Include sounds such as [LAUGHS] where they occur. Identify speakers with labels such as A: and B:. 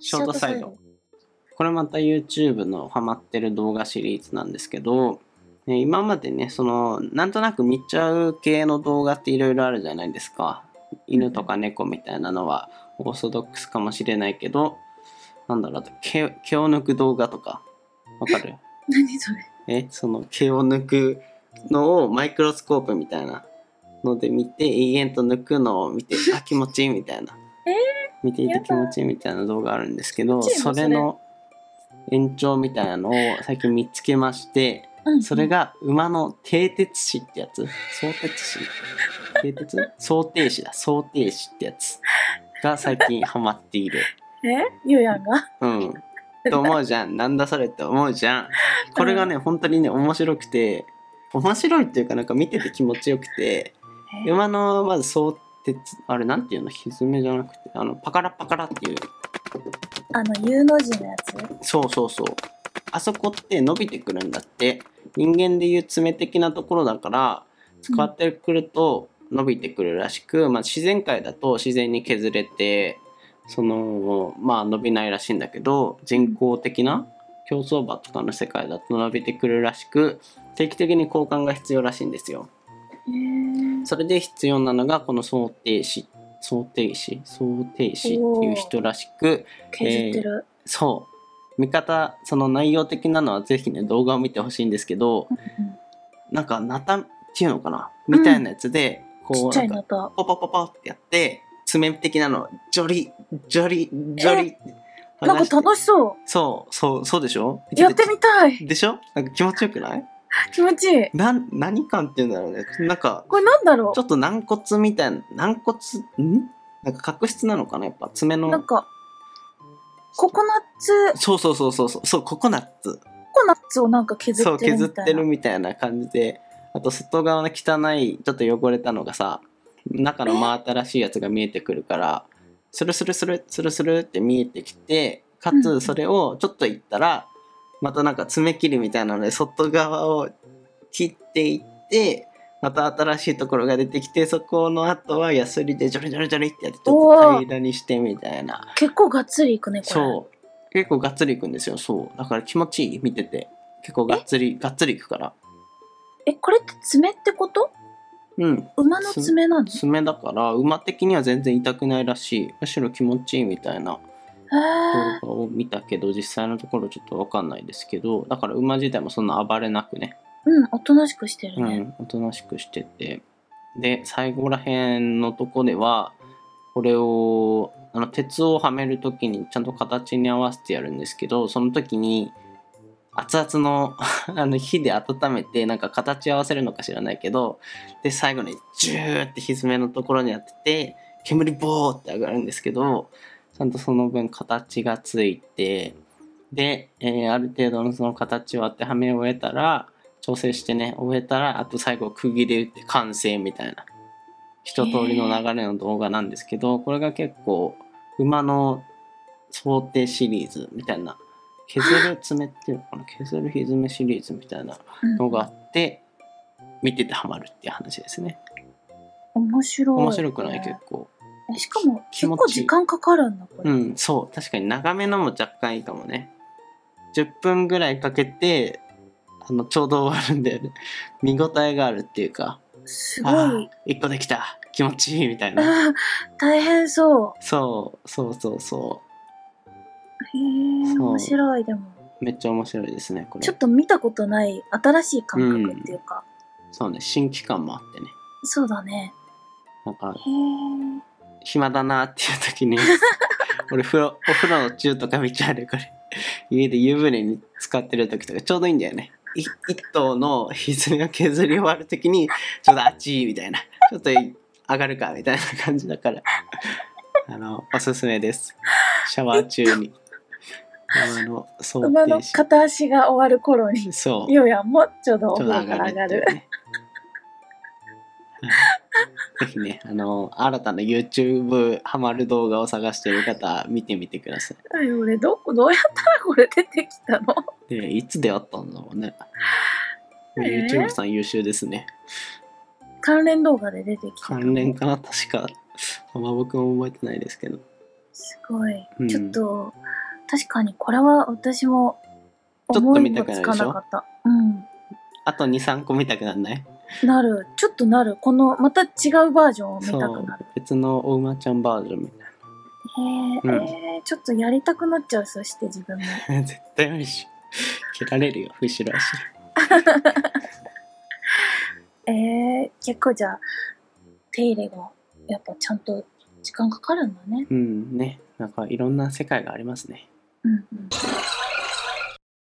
A: ショートサイ
B: ショー
A: ド。これまた YouTube のハマってる動画シリーズなんですけど、えー今までね、その、なんとなく見ちゃう系の動画っていろいろあるじゃないですか。犬とか猫みたいなのはオーソドックスかもしれないけど、なんだろう、あと毛毛を抜く動画とか、わかる
B: 何それ
A: え、その毛を抜くのをマイクロスコープみたいなので見て、永遠と抜くのを見て、あ、気持ちいいみたいな。
B: えー
A: 見ていて気持ちいいみたいな動画あるんですけど、
B: 気持ちいい
A: そ
B: の
A: れの延長みたいなのを最近見つけまして、
B: うん
A: それが馬の蹄鉄死ってやつ相鉄死蹄鉄相蹄死だ相蹄死ってやつが最近ハマっている。
B: えゆうやんが
A: うん。と思うじゃん。なんだそれって思うじゃん。これがね、本当にね、面白くて、面白いっていうかなんか見てて気持ちよくて、
B: え
A: 馬のまず相鉄、あれなんていうのひずめじゃなくて、あの、パカラパカラっていう、
B: あの U の字のやつ
A: そうそうそう。あそこって伸びてくるんだって、人間でいう爪的なところだから、使ってくると伸びてくるらしく、まあ、自然界だと自然に削れてそのまあ伸びないらしいんだけど人工的な競走馬とかの世界だと伸びてくるらしく定期的に交換が必要らしいんですよ。
B: うんへ
A: それで必要なのがこの想定詞想定詞想定詞っていう人らしく
B: え削ってる、
A: そう見方その内容的なのは是非ね動画を見てほしいんですけど
B: うん
A: なんかナタっていうのかなみたいなやつで、
B: ち
A: こ
B: っ
A: う
B: ちゃ
A: ないんか
B: のと
A: ポポポポってやって爪的なのをジョリジョリジョリって
B: なん
A: 離して
B: か楽しそ
A: そうそうそうでしょ
B: うやってみたい
A: でしょなんか気持ちよくない
B: 気持ちいい
A: なん何感っていうんだろうねなんか
B: これなんだろ
A: ちょっと軟骨みたいな軟骨んなんか角質なのかなやっぱ爪
B: うなん
A: の
B: かココナッツ
A: そうそうそうそうそうそうココナッツ
B: ココナッツをなんか削
A: そう
B: ってる
A: 削っ
B: みた
A: て
B: い
A: る
B: な
A: みたいな感じであと外側の汚いちょっと汚れたのがさ中の真新しいやつが見えてくるからスルスルスルスルスルって見えてきてか
B: う
A: つ
B: ん
A: それをちょっといったらまたなんか爪切りみたいなので外側を切っていってまた新しいところが出てきてそこの後はヤスリでジョリジョリジョリってやってちょっと平らにしてみたいな
B: 結構がっつりいくねこれ
A: そう結構がっつりいくんですよそうだから気持ちいい見てて結構がっつりがっつりいくから
B: えこれって爪ってこと
A: うん、
B: 馬の爪なのへ
A: 爪だから馬的には全然痛くないらしいむしろ気持ちいいみたいな
B: え
A: 動画を見たけど実際のところちょっと分かんないですけどだから馬自体もそんな暴れなくね、
B: うんおとなしくしてる
A: う
B: ね、
A: ん、おとなしくしててで最後らへんのとこではこれをあの鉄をはめる時にちゃんと形に合わせてやるんですけどその時に熱々の [LAUGHS] あの火で温めてなんか形合わせるのか知らないけどで最後にジューってひずめのところに当てて煙ボーって上がるんですけどちゃんとその分形がついてで、えーある程度のその形を当てはめ終えたら調整してね終えたらあと最後区切り打って完成みたいな一通りの流れの動画なんですけどこれが結構馬の想定シリーズみたいな削る爪っていうのかな削るひずめシリーズみたいな
B: うん
A: のがあって見ててハマるっていう話ですね
B: 面白い
A: 面白くない結構
B: えしかも
A: 気
B: 結
A: 持ちいい
B: 構時間かかるんだこれ、
A: うんそう確かに長めのも若干いいかもね10分ぐらいかけてあのちょうど終わるんだよね [LAUGHS] 見応えがあるっていうか
B: すごい
A: あー1個できた気持ちいいみたいな
B: あー大変そ
A: そうそうそうそう
B: うへえ
A: そう
B: 面白いでも
A: めっちゃ面白いですねこれ
B: ちょっと見たことない新しい感覚っていうか、
A: そうね新規感もあってね
B: そうだね
A: なんか
B: へえ
A: 暇だなっていう
B: [LAUGHS]
A: 時に俺風呂お風呂の中とか見ちゃうねこれ家で湯船に使ってる時とかちょうどいいんだよねい一頭の蹄を削り終わる時にちょっとあっちいみたいなちょっと上がるかみたいな感じだからあのおすすめですシャワー中
B: [LAUGHS]
A: に馬の想
B: 馬の
A: 定し
B: 片足が終わる頃に
A: そう
B: ヨヤもちょうどお
A: ちょ
B: 風
A: うど
B: 呂
A: 上
B: から
A: がるっ
B: 上が
A: ていう
B: る。
A: ね。はいぜひね、あの、新たな YouTube ハマる動画を探している方、見てみてください。
B: [LAUGHS] え俺どこどうやったらこれ出てきたの
A: で、いつ出会ったんだろうね。
B: えー
A: YouTube さん優秀ですね。
B: 関連動画で出てきた
A: 関連かな確か。あんま僕も覚えてないですけど。
B: すごい、
A: うん
B: ちょっと確かにこれは私も思いもつかなかった。うん。
A: あと23個見たくなんない
B: なる。ちょっとなる。この、また違うバージョンを見た
A: そ
B: く
A: う
B: なる。
A: 別のお馬ちゃんバージョンみた
B: へえ、
A: うん
B: えーちょっとやりたくなっちゃう、そして自分も。
A: いな [LAUGHS] 絶対美味しい切られるよ後ろ足
B: えー、結構じゃあ、手入れが、やっぱちゃんと時間かかるんだね。
A: うんねなんかいろんな世界がありますね
B: うんうん。